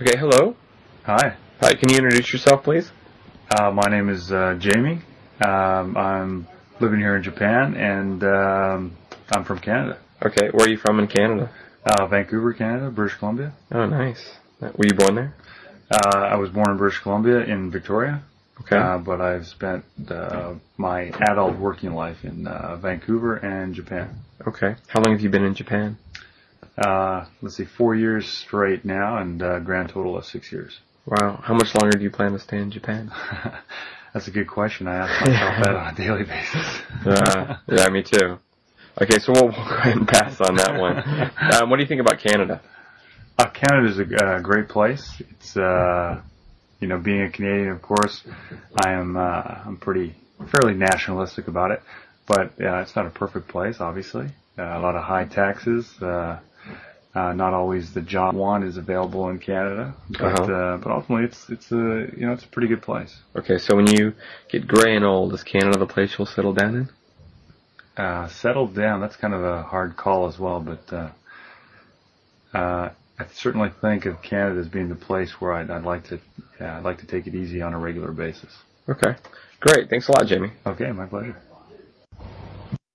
Okay, hello. Hi, Hi, can you introduce yourself, please? uh, my name is uh, Jamie. Um, I'm living here in Japan, and um, I'm from Canada, Okay, where are you from in Canada? uh, Vancouver, Canada, British Columbia. Oh, nice. Were you born there? Uh, I was born in British Columbia in Victoria, Okay. uh, but I've spent uh, my adult working life in uh, Vancouver and Japan. okay. How long have you been in Japan? Uh, let's see, four years straight now, and uh, grand total of six years. Wow. How much longer do you plan to stay in Japan? That's a good question. I ask myself that on a daily basis. Uh, yeah, me too. Okay, so we'll, we'll go ahead and pass on that one. Um, what do you think about Canada? Uh, Canada's a uh, great place. It's uh, you know, being a Canadian, of course, I am uh, I'm pretty fairly nationalistic about it, but uh, it's not a perfect place, obviously. Uh, a lot of high taxes. Uh, uh, not always the job one is available in Canada, but Uh-huh. uh but ultimately it's it's a you know it's a pretty good place. Okay, so when you get gray and old, is Canada the place you'll settle down in? Uh, settled down. That's kind of a hard call as well, but uh, uh, I certainly think of Canada as being the place where I'd, I'd like to yeah, I'd like to take it easy on a regular basis. Okay. Great. Thanks a lot, Jamie. Okay, my pleasure.